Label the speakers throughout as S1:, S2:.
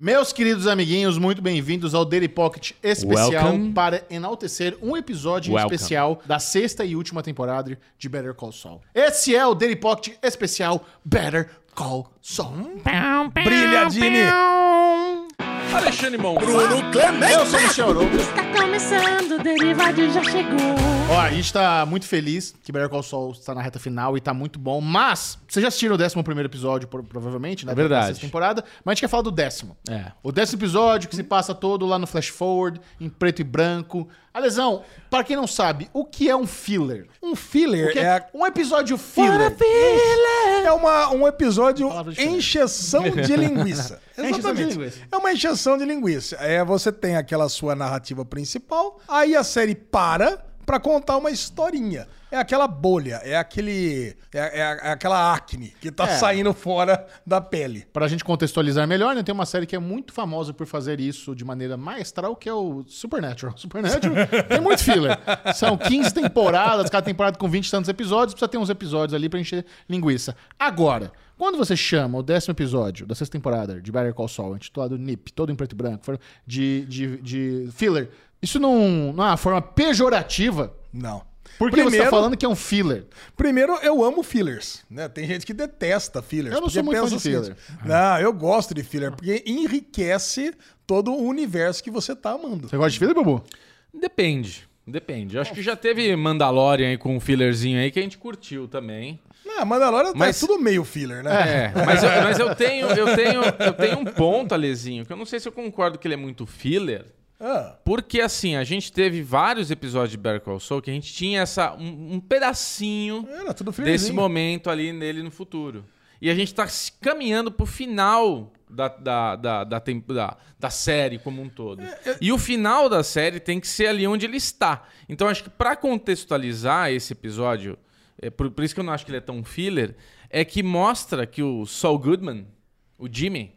S1: Meus queridos amiguinhos, muito bem-vindos ao Daily Pocket especial
S2: Welcome.
S1: para enaltecer um episódio
S2: Welcome.
S1: especial da sexta e última temporada de Better Call Saul. Esse é o Daily Pocket especial Better Call Saul.
S2: Brilha, Dini!
S3: Alexandre Monfá.
S1: Bruno Clemente! Eu sou o Michel Arouca.
S4: Está começando, o Derivadinho já chegou.
S1: Ó, a gente tá muito feliz que Better Call Saul está na reta final e tá muito bom, mas vocês já assistiram o décimo primeiro episódio, pro- provavelmente, né?
S2: É verdade.
S1: Da sexta temporada, mas a gente quer falar do décimo.
S2: É.
S1: O décimo episódio que se passa todo lá no Flash Forward, em preto e branco. Alesão, para quem não sabe, o que é um filler?
S5: Um filler
S1: O que
S5: é, a-
S1: Um episódio filler.
S5: é uma, um episódio
S1: Palavra diferente.
S5: encheção de linguiça.
S1: É encheção de
S5: Exatamente.
S1: linguiça.
S5: É uma encheção de linguiça. É, você tem aquela sua narrativa principal, aí a série para pra contar uma historinha. É aquela bolha, é aquele. É, é- é aquela acne que tá
S1: É.
S5: saindo fora da pele.
S1: Pra gente contextualizar melhor, né, tem uma série que é muito famosa por fazer isso de maneira maestral, que é o Supernatural. Supernatural tem muito filler. São 15 temporadas, cada temporada com 20 e tantos episódios, precisa ter uns episódios ali pra encher linguiça. Agora, quando você chama o décimo episódio da sexta temporada de Better Call Saul, intitulado NIP, todo em preto e branco, for- de, de, de filler, isso não, não é uma forma pejorativa?
S5: Não.
S1: Porque você tá falando que é um filler.
S5: Primeiro, eu amo fillers, né? Tem gente que detesta fillers.
S1: Eu não sou
S5: porque
S1: muito fã
S5: pensa
S1: de filler.
S5: não, eu gosto de filler, porque enriquece todo o universo que você tá amando.
S1: Você gosta de filler, Bubu?
S2: Depende, depende. Eu acho que já teve Mandalorian aí com um fillerzinho aí que a gente curtiu também.
S5: Não, Mandalorian
S2: Mas-
S5: é tudo meio filler, né?
S2: É, mas eu, mas eu tenho, eu tenho, eu tenho um ponto, Alezinho, que eu não sei se eu concordo que ele é muito filler.
S5: Ah,
S2: Porque assim, a gente teve vários episódios de Better Call Saul que a gente tinha essa um, um pedacinho
S5: era tudo fillerzinho.
S2: desse momento ali nele no futuro. E a gente tá se caminhando pro final da, da, da, da, tem- da- da série como um todo. E o final da série tem que ser ali onde ele está. Então acho que pra contextualizar esse episódio, é por, por isso que eu não acho que ele é tão filler, é que mostra que o Saul Goodman, o Jimmy,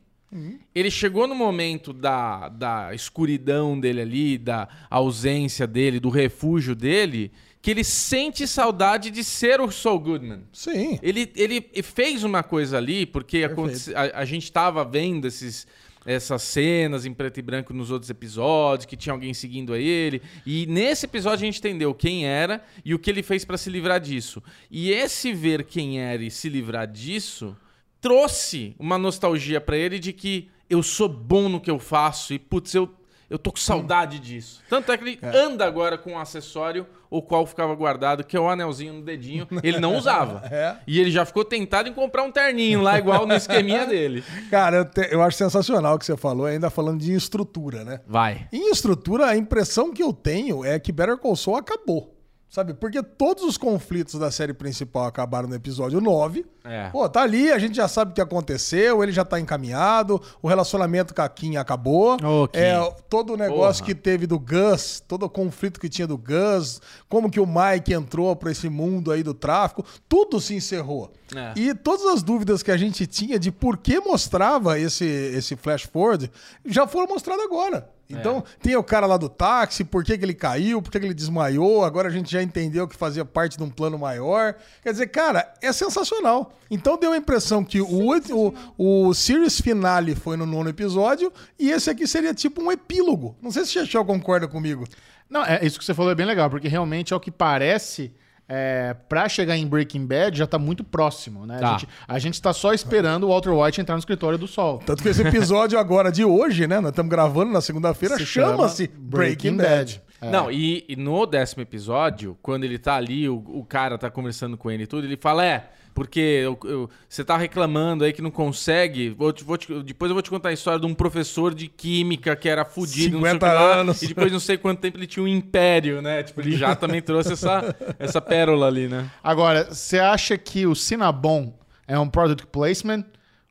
S2: ele chegou no momento da, da escuridão dele ali, da ausência dele, do refúgio dele, que ele sente saudade de ser o Saul Goodman.
S5: Sim.
S2: Ele, ele fez uma coisa ali, porque aconte- a, a gente tava vendo esses, essas cenas em preto e branco nos outros episódios, que tinha alguém seguindo a ele. E nesse episódio a gente entendeu quem era e o que ele fez para se livrar disso. E esse ver quem era e se livrar disso trouxe uma nostalgia para ele de que eu sou bom no que eu faço e, putz, eu. Eu tô com saudade disso. Tanto é que ele anda agora com um acessório, o qual ficava guardado, que é o anelzinho no dedinho. Ele não usava.
S5: É.
S2: E ele já ficou tentado em comprar um terninho lá, igual no esqueminha dele.
S5: Cara, eu, te- eu acho sensacional o que você falou, ainda falando de estrutura, né?
S2: Vai.
S5: Em estrutura, a impressão que eu tenho é que Better Call Saul acabou. Sabe? Porque todos os conflitos da série principal acabaram no episódio 9.
S2: É.
S5: Pô, tá ali, a gente já sabe o que aconteceu, ele já tá encaminhado, o relacionamento com a Kim acabou.
S2: Ô, Kim.
S5: É, todo o negócio
S2: Porra.
S5: que teve do Gus, todo o conflito que tinha do Gus, como que o Mike entrou pra esse mundo aí do tráfico, tudo se encerrou.
S2: É.
S5: E todas as dúvidas que a gente tinha de por que mostrava esse, esse flash forward já foram mostradas agora. Então, tem o cara lá do táxi, por que, que ele caiu, por que, que ele desmaiou, agora a gente já entendeu que fazia parte de um plano maior. Quer dizer, cara, é sensacional. Então, deu a impressão que o, ulti- o, o series finale foi no nono episódio e esse aqui seria tipo um epílogo. Não sei se o Chechel concorda comigo.
S1: Não, é, isso que você falou é bem legal, porque realmente é o que parece. É, pra chegar em Breaking Bad já tá muito próximo, né?
S2: Tá.
S1: A, gente, a gente tá só esperando o Walter White entrar no escritório do Sol.
S5: Tanto que esse episódio agora de hoje, né? Nós estamos gravando na segunda-feira,
S1: Se chama
S5: chama-se Breaking, Bad.
S2: Não, e, e no décimo episódio, quando ele tá ali, o, o cara tá conversando com ele e tudo, ele fala, é, porque eu- eu- você tá reclamando aí que não consegue, vou te- vou te- depois eu vou te contar a história de um professor de química que era fudido, não sei o que
S5: 50
S2: lá,
S5: anos.
S2: e depois não sei quanto tempo ele tinha um império, né? Tipo, ele já também trouxe essa, essa pérola ali, né?
S1: Agora, você acha que o Cinnabon é um product placement?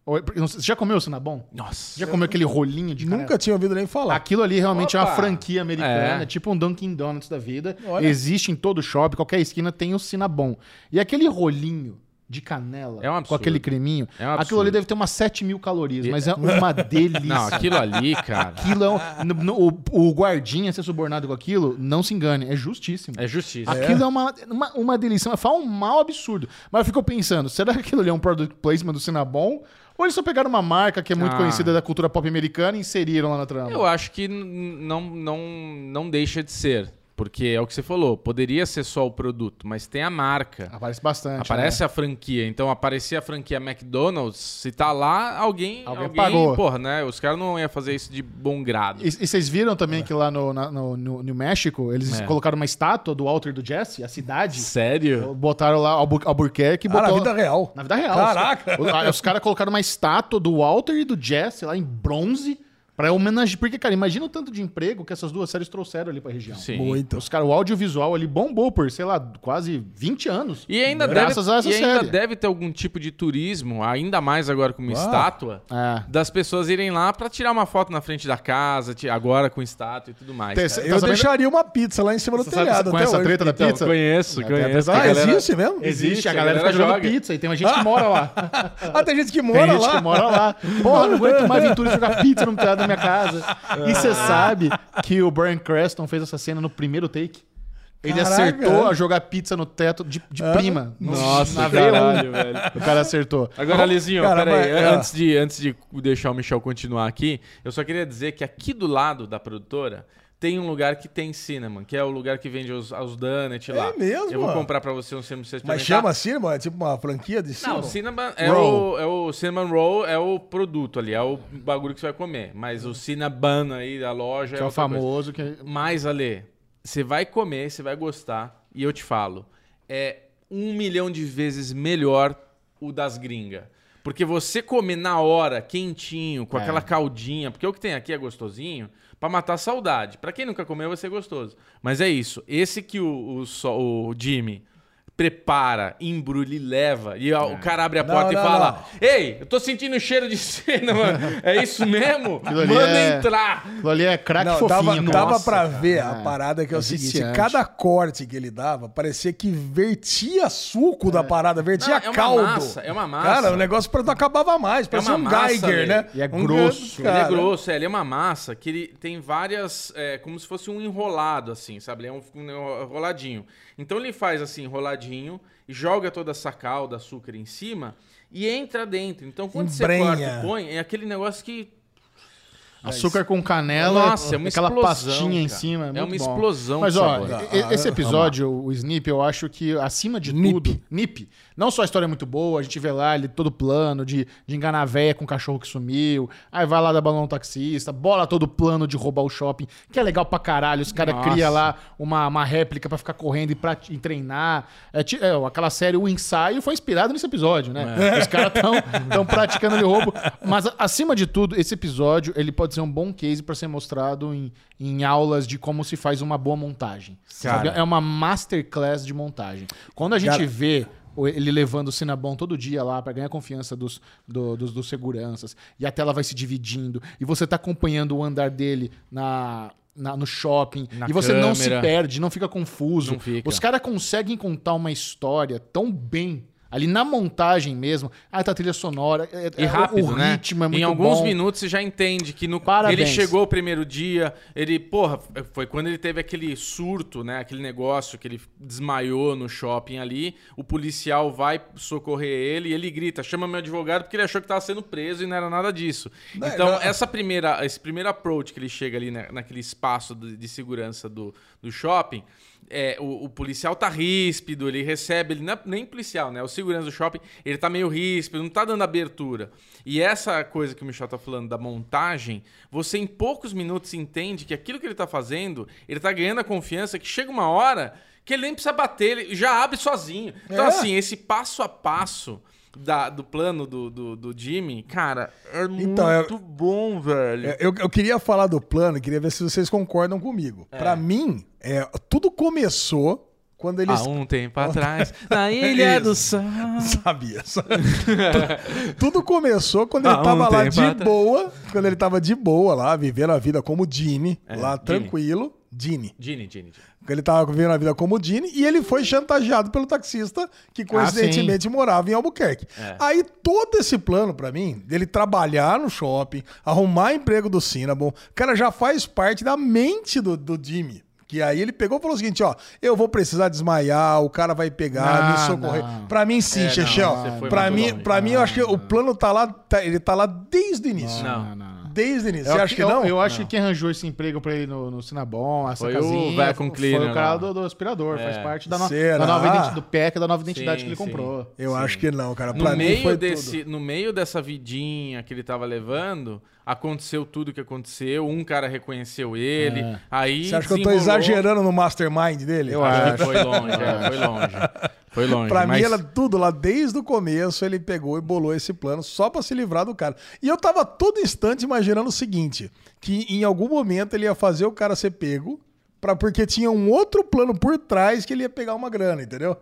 S1: Ou- porque não sei- Você já comeu o Cinnabon?
S2: Nossa.
S1: Já comeu aquele rolinho de canela?
S5: Nunca tinha ouvido nem falar.
S1: Aquilo ali realmente é uma
S2: Opa!
S1: franquia americana,
S2: É.
S1: tipo um Dunkin' Donuts da vida.
S5: Olha.
S1: um Existe em todo shopping, qualquer esquina tem o Cinnabon. E aquele rolinho de canela.
S2: É um
S1: Com
S2: absurdo.
S1: aquele creminho.
S2: É
S1: aquilo
S2: um
S1: ali
S2: absurdo.
S1: deve ter umas 7 mil calorias, mas é uma delícia.
S2: Não, aquilo ali, cara.
S1: Aquilo é um- no- no- o, o guardinha ser subornado com aquilo, não se engane, é justíssimo.
S2: É justiça.
S1: Aquilo é, uma, uma, uma delícia, fala um mal absurdo. Mas eu fico pensando, será que aquilo ali é um product placement do Cinnabon? Ou eles só pegaram uma marca que é muito
S2: Ah.
S1: conhecida da cultura pop americana e inseriram lá na trama?
S2: Eu acho que n- não, não, não deixa de ser. Porque é o que você falou, poderia ser só o produto, mas tem a marca.
S1: Aparece bastante. né?
S2: Aparece a franquia. Então, aparecer a franquia McDonald's, se tá lá, alguém.
S1: Alguém pagou.
S2: Porra, né? Os caras não iam fazer isso de bom grado.
S1: E, e vocês viram também que lá no, na- no, no, no México, eles
S2: É.
S1: colocaram uma estátua do Walter e do Jesse, a cidade.
S2: Sério?
S1: Botaram lá Albu Albuquerque e
S5: Ah, na
S1: botou-
S5: vida real.
S1: Na vida real.
S5: Caraca!
S1: Os, os- os caras colocaram uma estátua do Walter e do Jesse lá em bronze pra homenagear. Porque, cara, imagina o tanto de emprego que essas duas séries trouxeram ali pra região. Então,
S2: Sim.
S5: Muito.
S1: Os caras, o audiovisual ali bombou por, sei lá, quase 20 anos.
S2: E ainda, deve,
S1: Graças a essa
S2: e ainda
S1: série.
S2: deve ter algum tipo de turismo, ainda mais agora com uma
S5: Uau.
S2: estátua,
S1: É.
S2: das pessoas irem lá pra tirar uma foto na frente da casa, ti- agora com estátua e tudo mais.
S1: Tem-
S2: cara.
S1: Você tá
S5: Eu
S1: sabendo-
S5: deixaria uma pizza lá em cima do
S1: Você sabe-
S5: telhado
S1: conhece
S5: até
S1: a
S5: hoje.
S1: treta da
S2: Então,
S1: pizza?
S2: Conheço,
S1: Até
S2: conheço.
S1: apesar-
S2: que a
S5: Ah,
S2: galera-
S5: existe mesmo?
S1: Existe, a galera fica jogando pizza e tem uma gente que mora lá.
S5: Ah, tem gente que
S1: Tem
S5: mora
S1: gente
S5: lá. é
S1: que mora lá. Porra, não aguento mais aventura de jogar pizza no telhado da minha casa. E
S2: Ah.
S1: você sabe que o Brian Creston fez essa cena no primeiro take? Ele
S5: Caraca.
S1: acertou a jogar pizza no teto de, de prima. No-
S2: Nossa,
S1: V1.
S2: caralho, velho.
S1: O cara acertou.
S2: Agora, Lizinho,
S5: Cara,
S2: peraí,
S5: mas- ah.
S2: an- antes, de, antes de deixar o Michel continuar aqui, eu só queria dizer que aqui do lado da produtora tem um lugar que tem cinnamon, que é o lugar que vende os, os donuts lá.
S5: É mesmo,
S2: Eu vou
S5: ó.
S2: comprar pra você um cinnamon pra você
S1: tá?
S5: Mas
S2: experimentar.
S5: chama assim, mano? É tipo uma franquia de cima?
S2: Não, o cinnamon é
S1: Roll.
S2: o, é o cinnamon roll, é o produto ali, é o bagulho que você vai comer. Mas o cinnamon aí da loja
S1: Que é o
S2: outra coisa.
S1: famoso que...
S2: Mas, Ale, você vai comer, você vai gostar. E eu te falo, é um milhão de vezes melhor o das gringas. Porque você comer na hora, quentinho, com
S1: É.
S2: aquela caldinha, porque o que tem aqui é gostosinho, pra matar a saudade. Pra quem nunca comeu, vai ser gostoso. Mas é isso. Esse que o, o, so- o Jimmy prepara, embrulha e leva. E
S1: É.
S2: a- o cara abre a
S5: Não,
S2: porta e
S5: não,
S2: fala: Ei, eu tô sentindo o cheiro de cena, mano. É isso mesmo?
S1: Aquilo ali
S2: Manda
S1: é-
S2: entrar.
S1: Aquilo ali é craque
S5: Não,
S1: fofinho.
S5: dava,
S1: cara.
S5: dava
S1: Nossa,
S5: pra
S1: cara.
S5: ver
S1: É.
S5: a parada que é o seguinte:
S1: viciante.
S5: cada corte que ele dava parecia que vertia suco da parada, vertia
S2: Não, é uma
S5: caldo.
S2: massa, é uma massa. É
S5: Cara, o negócio pra- não acabava mais, parecia
S2: uma
S5: um
S2: massa,
S5: Geiger,
S2: velho.
S5: né?
S1: E é
S5: Um
S1: grosso.
S5: cara.
S2: Ele é grosso, é, ele é uma massa que ele tem várias. É, como se fosse um enrolado, assim, sabe? Ele é um, um enroladinho. Então ele faz assim, enroladinho, e joga toda essa calda, açúcar em cima e entra dentro. Então quando
S5: Embrenha.
S2: você corta e põe, é aquele negócio que.
S1: Açúcar com canela,
S2: Nossa, é uma
S1: aquela
S2: explosão,
S1: pastinha em
S2: cara.
S1: cima. É,
S2: É
S1: muito
S2: uma
S1: bom.
S2: explosão de
S1: Mas, ó,
S2: sabor.
S1: e- e- esse episódio, o Snip, eu acho que, acima de
S5: Nip.
S1: tudo, Nip, não só a história é muito boa, a gente vê lá ele todo plano de, de enganar a véia com o cachorro que sumiu, aí vai lá dar balão ao taxista, bola todo plano de roubar o shopping, que é legal pra caralho. Os caras
S2: Nossa.
S1: criam lá uma, uma réplica pra ficar correndo e, pra, e treinar. É, ti- é, aquela série, o ensaio, foi inspirado nesse episódio, né? Os caras estão praticando ali roubo. Mas, a- acima de tudo, esse episódio ele pode ser um bom case pra ser mostrado em, em aulas de como se faz uma boa montagem.
S2: Cara.
S1: Sabe? É uma masterclass de montagem. Quando a gente
S5: Cara-
S1: vê o- ele levando o Cinnabon todo dia lá pra ganhar confiança dos, do- dos, dos seguranças, e a tela vai se dividindo, e você tá acompanhando o andar dele na, na- no shopping,
S2: Na
S1: e você não se
S2: câmera.
S1: perde, não fica confuso.
S2: Não fica.
S1: Os caras conseguem contar uma história tão bem. Ali na montagem mesmo, ah, tá a trilha sonora, é-
S2: E
S1: é-
S2: rápido,
S1: o
S2: né?
S1: ritmo é muito
S2: em alguns
S1: bom.
S2: minutos você já entende que no
S1: Parabéns.
S2: ele chegou o primeiro dia, ele, porra, foi quando ele teve aquele surto, né, aquele negócio que ele desmaiou no shopping ali, o policial vai socorrer ele e ele grita, chama meu advogado porque ele achou que tava sendo preso e não era nada disso.
S5: Não,
S2: então,
S5: não. é
S2: essa primeira, esse primeiro approach que ele chega ali na- naquele espaço de, de segurança do, do shopping, é, o, o policial tá ríspido, ele recebe, ele não é nem policial, né? O segurança do shopping, ele tá meio ríspido, não tá dando abertura. E essa coisa que o Michel tá falando da montagem, você em poucos minutos entende que aquilo que ele tá fazendo, ele tá ganhando a confiança que chega uma hora que ele nem precisa bater, ele já abre sozinho. Então,
S5: É.
S2: assim, esse passo a passo da- do plano do, do, do Jimmy, cara, é
S5: Então, é-
S2: muito bom, velho.
S5: É, Eu, eu queria falar do plano, e queria ver se vocês concordam comigo. Pra mim, é, tudo começou quando eles.
S2: Há um Ah. tempo atrás, na Ilha do Sol.
S5: Sabia. sabia. Tu- tudo começou quando ele
S2: Há um
S5: tava lá
S2: tempo
S5: de
S2: atrás.
S5: boa. Quando ele tava de boa lá, vivendo a vida como Jimmy, lá
S2: Jimmy.
S5: tranquilo, Dini.
S2: Dini, Dini, Dini.
S5: Ele tava vivendo a vida como Dini e ele foi chantageado pelo taxista
S2: Ah,
S5: que coincidentemente morava em Albuquerque.
S2: É.
S5: Aí todo esse plano pra mim, dele trabalhar no shopping, arrumar emprego do Cinnabon, cara, já faz parte da mente do, do Jimmy. Que aí ele pegou e falou o seguinte, ó, eu vou precisar desmaiar, o cara vai pegar,
S1: Ah,
S5: me socorrer.
S1: não.
S5: Pra mim sim,
S2: É, não,
S5: Chechel.
S2: você foi
S5: Pra
S2: muito
S5: mim,
S2: longe. Ah.
S5: pra mim eu acho que o plano tá lá, tá- ele tá lá desde o início.
S2: Não.
S5: Desde o início.
S1: Eu,
S5: Você acha que não?
S1: Eu, eu acho que quem arranjou esse emprego pra ele no, no Sinabon, essa
S2: Foi o
S1: casinha, foi-
S2: Vacuum
S1: Foi
S2: cleaner
S1: o cara
S2: lá.
S1: do, do aspirador, faz
S2: É.
S1: parte da, no-
S5: Será?
S1: da nova identidade do PEC, da nova identidade
S2: Sim,
S1: que ele
S2: sim.
S1: comprou.
S5: Eu acho que não, cara.
S2: No
S5: Pra mim foi
S2: meio,
S5: desse...
S2: desse, no meio dessa vidinha que ele tava levando, aconteceu tudo que aconteceu. Um cara reconheceu ele.
S1: É.
S2: Aí.
S5: Ah. Você acha que eu tô
S2: desenrolou.
S5: exagerando no mastermind dele?
S2: Eu acho que foi longe, é, foi longe. Foi longe.
S5: Pra
S2: mas-
S5: mim era tudo lá desde o começo, ele pegou e bolou esse plano só pra se livrar do cara. E eu tava todo instante imaginando o seguinte, que em algum momento ele ia fazer o cara ser pego, pra, porque tinha um outro plano por trás que ele ia pegar uma grana, entendeu?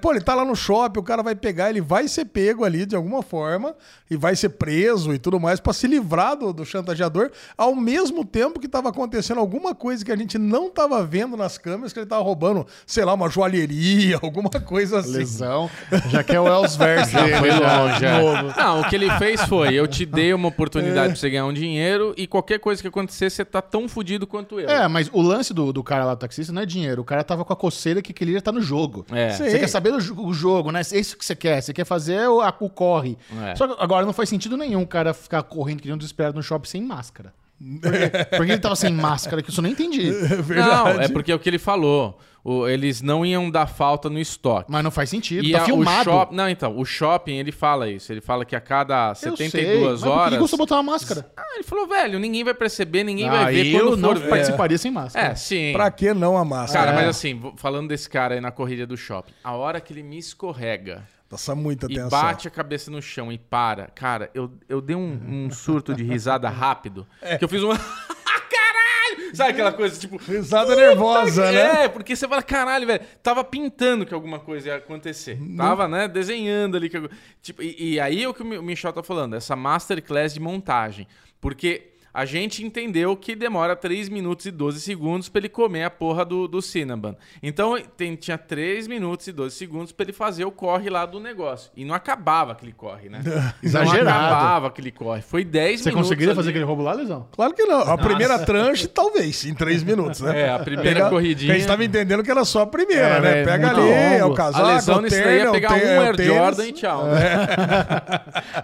S5: Pô, ele tá lá no shopping, o cara vai pegar, ele vai ser pego ali de alguma forma e vai ser preso e tudo mais pra se livrar do, do chantageador, ao mesmo tempo que tava acontecendo alguma coisa que a gente não tava vendo nas câmeras, que ele tava roubando, sei lá, uma joalheria, alguma coisa assim.
S1: Lesão. Já que é o Els Verso.
S2: Já foi
S1: dele, já,
S2: longe.
S1: de
S2: é.
S1: novo.
S2: Não, o que ele fez foi: eu te dei uma
S5: É.
S2: oportunidade pra você ganhar um dinheiro e qualquer coisa que acontecer, você tá tão fudido quanto eu.
S1: É, mas o lance do, do cara lá do taxista não é dinheiro. O cara tava com a coceira que queria estar no jogo.
S2: É.
S5: Sim.
S1: Você quer saber do jo- o jogo, né? É isso que você quer. Você quer fazer o, a- o corre.
S2: É.
S1: Só que agora não faz sentido nenhum o cara ficar correndo que nem um desesperado no shopping sem máscara. Porque, porque ele tava sem máscara, que isso eu não entendi.
S2: Não, é porque é o que ele falou. O- eles não iam dar falta no estoque.
S1: Mas não faz sentido.
S2: E
S1: tá
S2: a-
S1: filmado.
S2: O shop, não, então, o shopping, ele fala isso. Ele fala que a cada
S1: Eu
S2: 72
S1: sei, mas Por que
S2: horas.
S1: que você botou uma máscara?
S2: Ah, ele falou, velho, ninguém vai perceber, ninguém vai
S1: Ah,
S2: ver
S1: eu
S2: quando
S1: não
S2: for. ver.
S1: participaria sem máscara.
S2: É, sim.
S5: Pra que não a máscara?
S2: Cara,
S5: É.
S2: mas assim, vo- falando desse cara aí na corrida do shopping, a hora que ele me escorrega
S5: Nossa, muita
S2: e
S5: atenção.
S2: bate a cabeça no chão e para, cara, eu, eu dei um, um surto de risada rápido,
S1: É.
S2: que eu fiz uma... Caralho! Sabe aquela coisa, tipo,
S5: Risada nervosa,
S2: é,
S5: né?
S2: porque você fala, caralho, velho, tava pintando que alguma coisa ia acontecer. Tava, né, desenhando ali. Que, algu- tipo, e, e aí é o que o Mi- o Michel tá falando, essa masterclass de montagem. Porque a gente entendeu que demora 3 minutos e 12 segundos pra ele comer a porra do, do Cinnabon. Então tem- tinha 3 minutos e 12 segundos pra ele fazer o corre lá do negócio. E não acabava aquele corre, né?
S1: Exagerado.
S2: Não acabava aquele corre. Foi 10
S1: Você
S2: minutos.
S1: conseguiria fazer
S2: ali.
S1: aquele roubo lá, Lesão?
S5: Claro que não. A primeira tranche, talvez, em três minutos, né?
S2: É, a primeira corridinha.
S5: A gente tava entendendo que era só a primeira,
S1: É,
S5: né?
S1: né?
S5: Pega
S1: Muito
S5: ali, é
S1: longo.
S5: o
S2: A
S5: casaco,
S2: lesão
S5: o
S2: nisso daí
S5: terno,
S2: ia
S5: o
S2: pegar
S5: te-
S2: um
S5: o
S2: Air
S5: tênis. É.
S2: Jordan e tchau. né?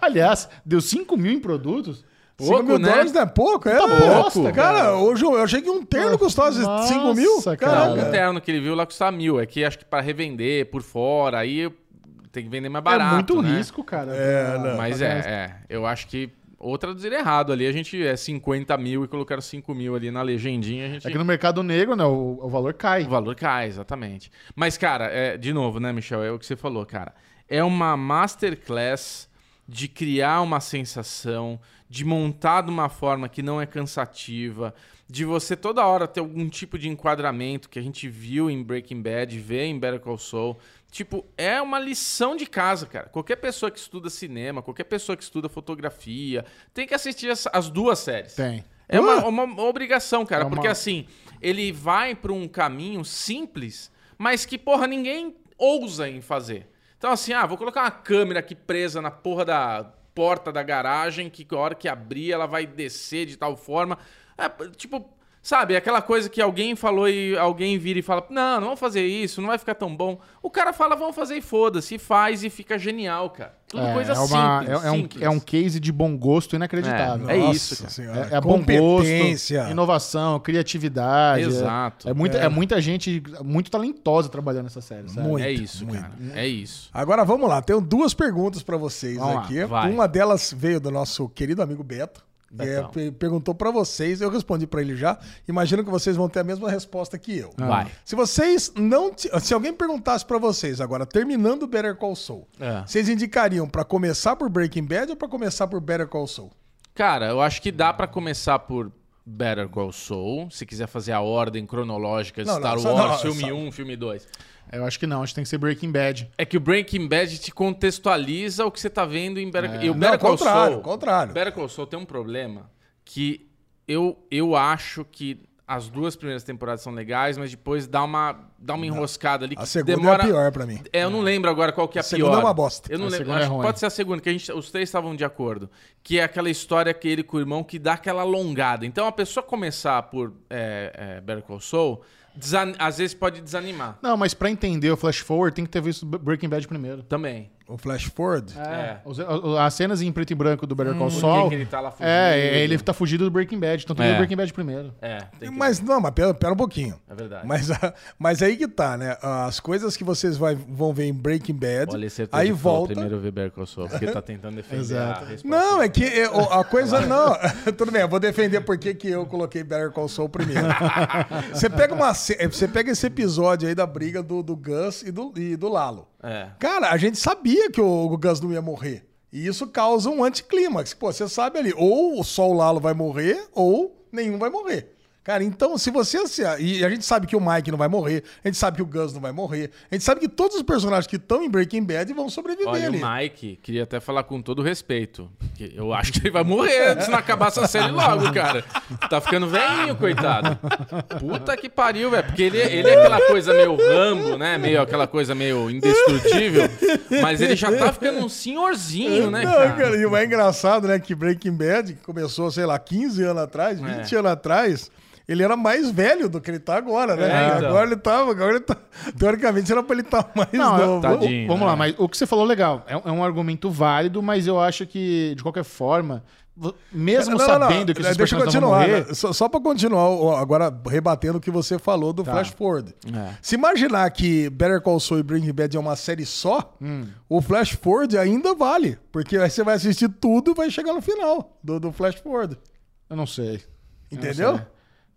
S1: Aliás, deu 5 mil em produtos.
S5: Cinco
S2: Pouco,
S5: mil
S2: né?
S5: dólares não é pouco? É,
S1: bosta,
S5: cara.
S1: cara.
S5: hoje eu eu achei que um terno custava
S1: Nossa,
S5: 5 mil.
S1: cara.
S5: Caraca.
S2: Não, o terno que ele viu lá custava mil. É que acho que pra revender por fora, aí tem que vender mais barato.
S1: é muito
S2: né?
S1: risco, cara.
S5: É, não.
S2: Mas é, é, eu acho que ou traduzir errado ali. A gente é 50 mil e colocaram 5 mil ali na legendinha. A gente...
S1: É que no mercado negro, né, o, o valor cai.
S2: O valor cai, exatamente. Mas, cara, é, de novo, né, Michel? É o que você falou, cara. É uma masterclass de criar uma sensação, de montar de uma forma que não é cansativa, de você toda hora ter algum tipo de enquadramento que a gente viu em Breaking Bad, vê em Better Call Saul. Tipo, é uma lição de casa, cara. Qualquer pessoa que estuda cinema, qualquer pessoa que estuda fotografia, tem que assistir as, as duas séries.
S1: Tem.
S2: É uma, uma obrigação, cara,
S1: É uma-
S2: porque assim, ele vai pra um caminho simples, mas que, porra, ninguém ousa em fazer. Então, assim, ah, vou colocar uma câmera aqui presa na porra da porta da garagem, que a hora que abrir ela vai descer de tal forma. É, tipo, sabe, aquela coisa que alguém falou e alguém vira e fala: não, não vamos fazer isso, não vai ficar tão bom. O cara fala, vamos fazer e foda-se, e faz e fica genial, cara. Tudo coisa
S1: é uma-
S2: simples.
S1: é- é um,
S2: simples.
S1: é um case de bom gosto inacreditável.
S2: É
S1: Nossa.
S2: isso, cara.
S5: senhora.
S1: É, é bom gosto,
S5: Competência.
S1: inovação, criatividade. é-
S2: Exato.
S1: É, muita, é muita gente muito talentosa trabalhando nessa série, sabe?
S5: Muito.
S2: É isso,
S5: muito.
S2: cara. É isso.
S5: Agora vamos lá, tenho duas perguntas pra vocês
S1: Vamos lá,
S5: aqui.
S2: vai.
S5: Uma delas veio do nosso querido amigo Beto. que é,
S2: Betão.
S5: pe- perguntou pra vocês, eu respondi pra ele já. Imagino que vocês vão ter a mesma resposta que eu.
S2: Vai.
S5: Se vocês não, ti- se alguém perguntasse pra vocês agora, terminando Better Call Saul,
S2: É.
S5: vocês indicariam pra começar por Breaking Bad ou pra começar por Better Call Saul?
S2: Cara, eu acho que dá pra começar por Better Call Saul, se quiser fazer a ordem cronológica de
S5: Não, não,
S2: Star
S5: só-
S2: Wars,
S5: não,
S2: filme
S5: só-
S2: 1, filme 2.
S1: É, Eu acho que não, acho que tem que ser Breaking Bad.
S2: É que o Breaking Bad te contextualiza o que você tá vendo em Better, e o
S5: Não,
S2: Better Call
S5: contrário,
S2: Saul.
S5: contrário.
S2: Better Call Saul tem um problema que eu, eu acho que As duas primeiras temporadas são legais, mas depois dá uma, dá uma enroscada ali.
S5: A segunda é a pior pra mim.
S2: É, eu não lembro agora qual que é a,
S5: A segunda
S2: pior.
S5: é uma bosta.
S2: Eu não
S1: A
S2: lembro.
S1: segunda é
S2: Acho que
S1: ruim.
S2: pode ser a segunda, que a gente, os três estavam de acordo. Que é aquela história que ele com o irmão que dá aquela alongada. Então a pessoa começar por é, é, Better Call Saul, desan- às vezes pode desanimar
S1: Não, mas pra entender o Flash Forward, tem que ter visto Breaking Bad primeiro.
S2: também.
S5: O Flash Forward.
S2: É.
S1: Os- As cenas em preto e branco do Better Call
S2: por que
S1: Saul...
S2: que ele tá lá fugindo?
S1: É, ele tá fugido do Breaking Bad, então tem que ver
S2: É.
S1: o Breaking Bad primeiro.
S2: É, tem que...
S5: Mas não, mas pera, pera um pouquinho.
S2: É verdade.
S5: Mas, a- mas aí que tá, né? As coisas que vocês vai- vão ver em Breaking Bad,
S2: Olha, esse é
S5: aí
S2: que foi o
S5: volta.
S2: primeiro ver Better Call Saul, porque tá tentando defender a resposta.
S5: Não, é que eu- a coisa não. Tudo bem, eu vou defender porque que eu coloquei Better Call Saul primeiro. você, pega uma, ce- você pega esse episódio aí da briga do, do Gus e do, e do Lalo.
S2: É.
S5: Cara, a gente sabia que o, o Gus não ia morrer. E isso causa um anticlímax. Pô, você sabe ali, ou só o Lalo vai morrer, ou nenhum vai morrer. Cara, então, se você. assim, e a gente sabe que o Mike não vai morrer, a gente sabe que o Gus não vai morrer, a gente sabe que todos os personagens que estão em Breaking Bad vão sobreviver
S2: Olha,
S5: ali.
S2: o Mike, queria até falar com todo respeito. que eu acho que ele vai morrer antes de não acabar essa série logo, cara. Tá ficando velhinho, coitado. Puta que pariu, velho. Porque ele, ele é aquela coisa meio rambo, né? Meio aquela coisa meio indestrutível. Mas ele já tá ficando um senhorzinho, né,
S5: Não,
S2: cara?
S5: cara, e o mais engraçado, né, que Breaking Bad, que começou, sei lá, 15 anos
S2: É.
S5: atrás, 20 anos atrás, ele era mais velho do que ele tá agora, né?
S2: É, então.
S5: Agora ele tá, agora ele tá, teoricamente era pra ele estar mais
S1: Não, eu-
S5: novo.
S1: o-
S2: Tadinho,
S1: vamos lá,
S2: né?
S1: mas o que você falou legal. É, um- é um argumento válido, mas eu acho que, de qualquer forma, vo- mesmo
S5: Não, não, não.
S1: sabendo que esses
S5: Deixa eu
S1: personagens não vão
S5: continuar.
S1: morrer...
S5: né? Só, só pra continuar, ó, agora rebatendo o que você falou
S1: Tá.
S5: do Flash Forward.
S1: É.
S5: Se imaginar que Better Call Saul e Breaking Bad é uma série só,
S1: Hum.
S5: o Flash Forward ainda vale. Porque aí você vai assistir tudo e vai chegar no final do, do Flash Forward.
S1: Eu não sei.
S5: Entendeu?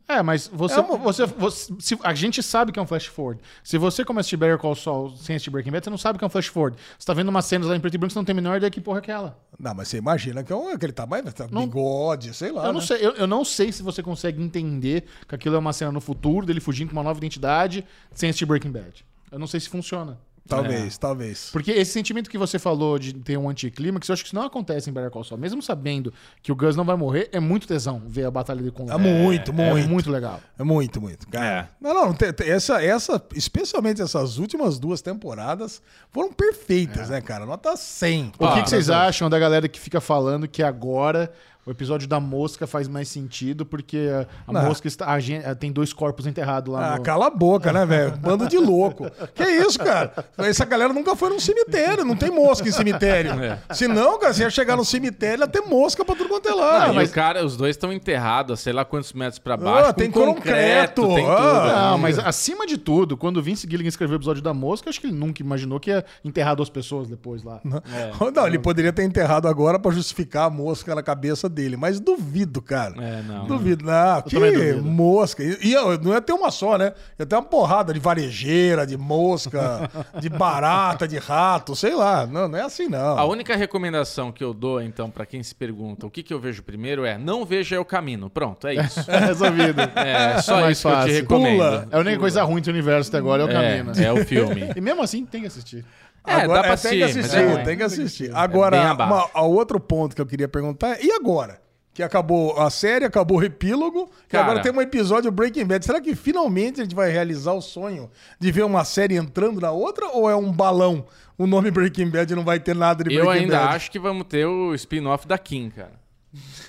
S1: É, mas você,
S5: É uma-
S1: você, você- se- a gente sabe que é um flash forward. Se você começa a assistir Better Call Saul sem assistir Breaking Bad, você não sabe que é um flash forward. Você tá vendo umas cenas lá em preto e branco, você não tem a menor ideia que porra é aquela.
S5: Não, mas você imagina que, é um, que ele tá mais. Tá
S1: Não-
S5: bigode, sei lá.
S1: eu, não
S5: né?
S1: sei, eu, eu não sei se você consegue entender que aquilo é uma cena no futuro, dele fugindo com uma nova identidade, sem assistir Breaking Bad. Eu não sei se funciona.
S5: Talvez,
S1: É.
S5: talvez.
S1: Porque esse sentimento que você falou de ter um anticlímax, eu acho que isso não acontece em Better Call Saul. Mesmo sabendo que o Gus não vai morrer, é muito tesão ver a batalha de com
S5: É muito, muito.
S1: É muito legal.
S5: É muito, muito.
S1: É.
S5: Cara. Não, não, te- te- essa, essa, especialmente essas últimas duas temporadas foram perfeitas, né, cara? Nota 100.
S1: É. O que,
S2: Ah,
S1: que vocês acham da galera que fica falando que agora o episódio da mosca faz mais sentido porque a, a
S5: Não.
S1: mosca está, a gen- tem dois corpos enterrados lá
S5: Ah,
S1: no...
S5: cala a boca, né, velho? Bando de louco. Que isso, cara? Essa galera nunca foi num cemitério, não tem mosca em cemitério. Se não, cara, você ia chegar no cemitério, ia ter mosca pra tudo quanto é lá.
S2: Não, e
S5: mas...
S2: o Ah, cara, os dois estão enterrados, a sei lá quantos metros pra baixo.
S5: Ah,
S2: com
S5: tem concreto,
S2: tem tudo.
S5: ah.
S1: Não, mas acima de tudo, quando o Vince Gilligan escreveu o episódio da mosca, acho que ele nunca imaginou que ia enterrar duas pessoas depois lá.
S5: Não, ele poderia ter enterrado agora pra justificar a mosca na cabeça dele, mas duvido, cara.
S2: É, não.
S5: Duvido, não.
S1: também
S5: Que
S1: duvido.
S5: mosca. E, e, ó, não ia ter uma só, né? Ia ter uma porrada de varejeira, de mosca, de barata, de rato, sei lá. Não, não é assim, não.
S2: A única recomendação que eu dou, então, pra quem se pergunta o que, que eu vejo primeiro é não veja El Camino. Pronto, é isso.
S1: Resolvido.
S2: É só
S1: Mais
S2: isso que eu te
S1: fácil.
S2: recomendo.
S5: Pula.
S1: É a única coisa ruim do universo até agora, é o caminho.
S2: É, é o filme.
S1: E mesmo assim, tem que assistir.
S2: É, dá pra
S5: tem
S2: assistir,
S5: que
S2: mas
S5: assistir,
S2: é ruim.
S5: tem que assistir.
S2: bem
S5: Agora,
S2: abaixo.
S5: uma- a outro ponto que eu queria perguntar é, e agora? Que acabou a série, acabou o epílogo, e
S2: Cara.
S5: agora tem um episódio Breaking Bad. Será que finalmente a gente vai realizar o sonho de ver uma série entrando na outra ou é um balão? O nome Breaking Bad não vai ter nada de
S2: Eu
S5: Breaking
S2: ainda
S5: Bad.
S2: acho que vamos ter o spin-off da Kim, cara.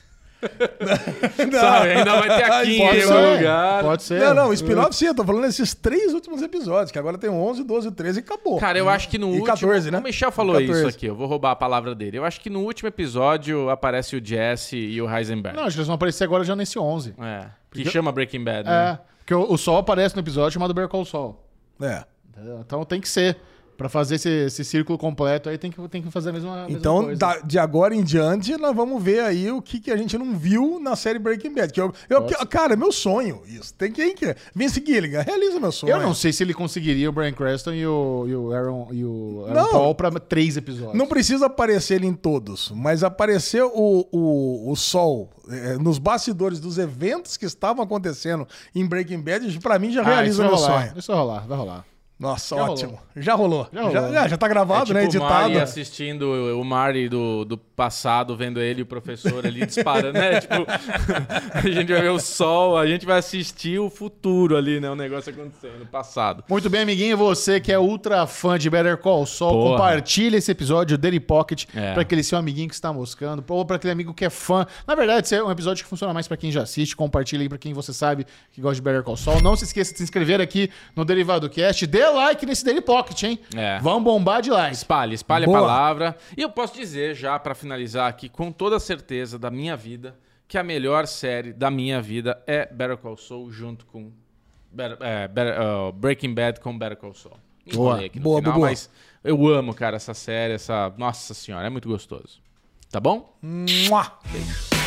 S5: Não.
S2: Sabe, ainda é. vai ter a Kim
S1: Pode
S2: em algum
S1: ser.
S2: lugar.
S1: Pode ser.
S5: é um Não, não, o spin-off sim, eu tô falando desses três últimos episódios, que agora tem 11, 12, 13 e acabou. Hum.
S2: Cara, eu acho que no
S5: E
S2: último...
S5: 14, né?
S2: O Michel falou
S5: 14.
S2: isso aqui, eu vou roubar a palavra dele. Eu acho que no último episódio aparece o Jesse e o Heisenberg.
S1: Não, acho que eles vão aparecer agora já nesse 11.
S2: É, que chama Breaking Bad, né?
S1: É, porque o, o Sol aparece no episódio chamado Bear Call Sol.
S5: É.
S1: Entendeu? Então tem que ser. Pra fazer esse, esse círculo completo aí tem que, tem que fazer a mesma, a mesma
S5: Então,
S1: coisa.
S5: da- de agora em diante, nós vamos ver aí o que, que a gente não viu na série Breaking Bad. Que eu, eu- que- cara, é meu sonho isso. Tem quem que. Vince Gilligan, realiza meu sonho.
S1: Eu não sei se ele conseguiria o Brian Creston e o, e o Aaron, e o Aaron
S5: Não.
S1: Paul pra três episódios.
S5: Não precisa aparecer ele em todos, mas aparecer o, o, o Sol eh, nos bastidores dos eventos que estavam acontecendo em Breaking Bad, pra mim já
S1: Ah, isso
S5: realiza
S1: vai
S5: meu
S1: rolar,
S5: sonho.
S1: Isso vai rolar, vai rolar.
S5: Nossa,
S1: Já
S5: ótimo. Já rolou.
S1: Já
S5: Já,
S1: rolou. É
S5: já, já tá gravado,
S2: tipo
S5: né?
S2: o
S5: Editado.
S2: Mari
S1: assim.
S2: assistindo o Mari do, do passado, vendo ele e o professor ali disparando, né? Tipo, a gente vai ver o sol, a gente vai assistir o futuro ali, né? O negócio acontecendo, o passado.
S1: Muito bem, amiguinho, você que é ultra fã de Better Call Saul,
S2: Porra.
S1: compartilha esse episódio do Daily Pocket
S2: É.
S1: pra aquele seu amiguinho que está moscando, ou pra aquele amigo que é fã. Na verdade, esse é um episódio que funciona mais pra quem já assiste, compartilha aí pra quem você sabe que gosta de Better Call Saul. Não se esqueça de se inscrever aqui no Derivado Cast, dê like nesse Daily Pocket, hein?
S2: É.
S1: Vão bombar de likes.
S2: Espalhe, espalhe
S5: Boa.
S2: a palavra. E eu posso dizer já pra finalizar aqui com toda a certeza da minha vida que a melhor série da minha vida é Better Call Saul junto com Better- é, Better- ah, Breaking Bad com Better Call Saul.
S1: Boa,
S2: Enrolei aqui no
S5: boa,
S2: final,
S5: Bubu.
S2: Mas eu amo, cara, essa série, essa nossa senhora, é muito gostoso. Tá bom?
S5: Mua.
S2: Beijo.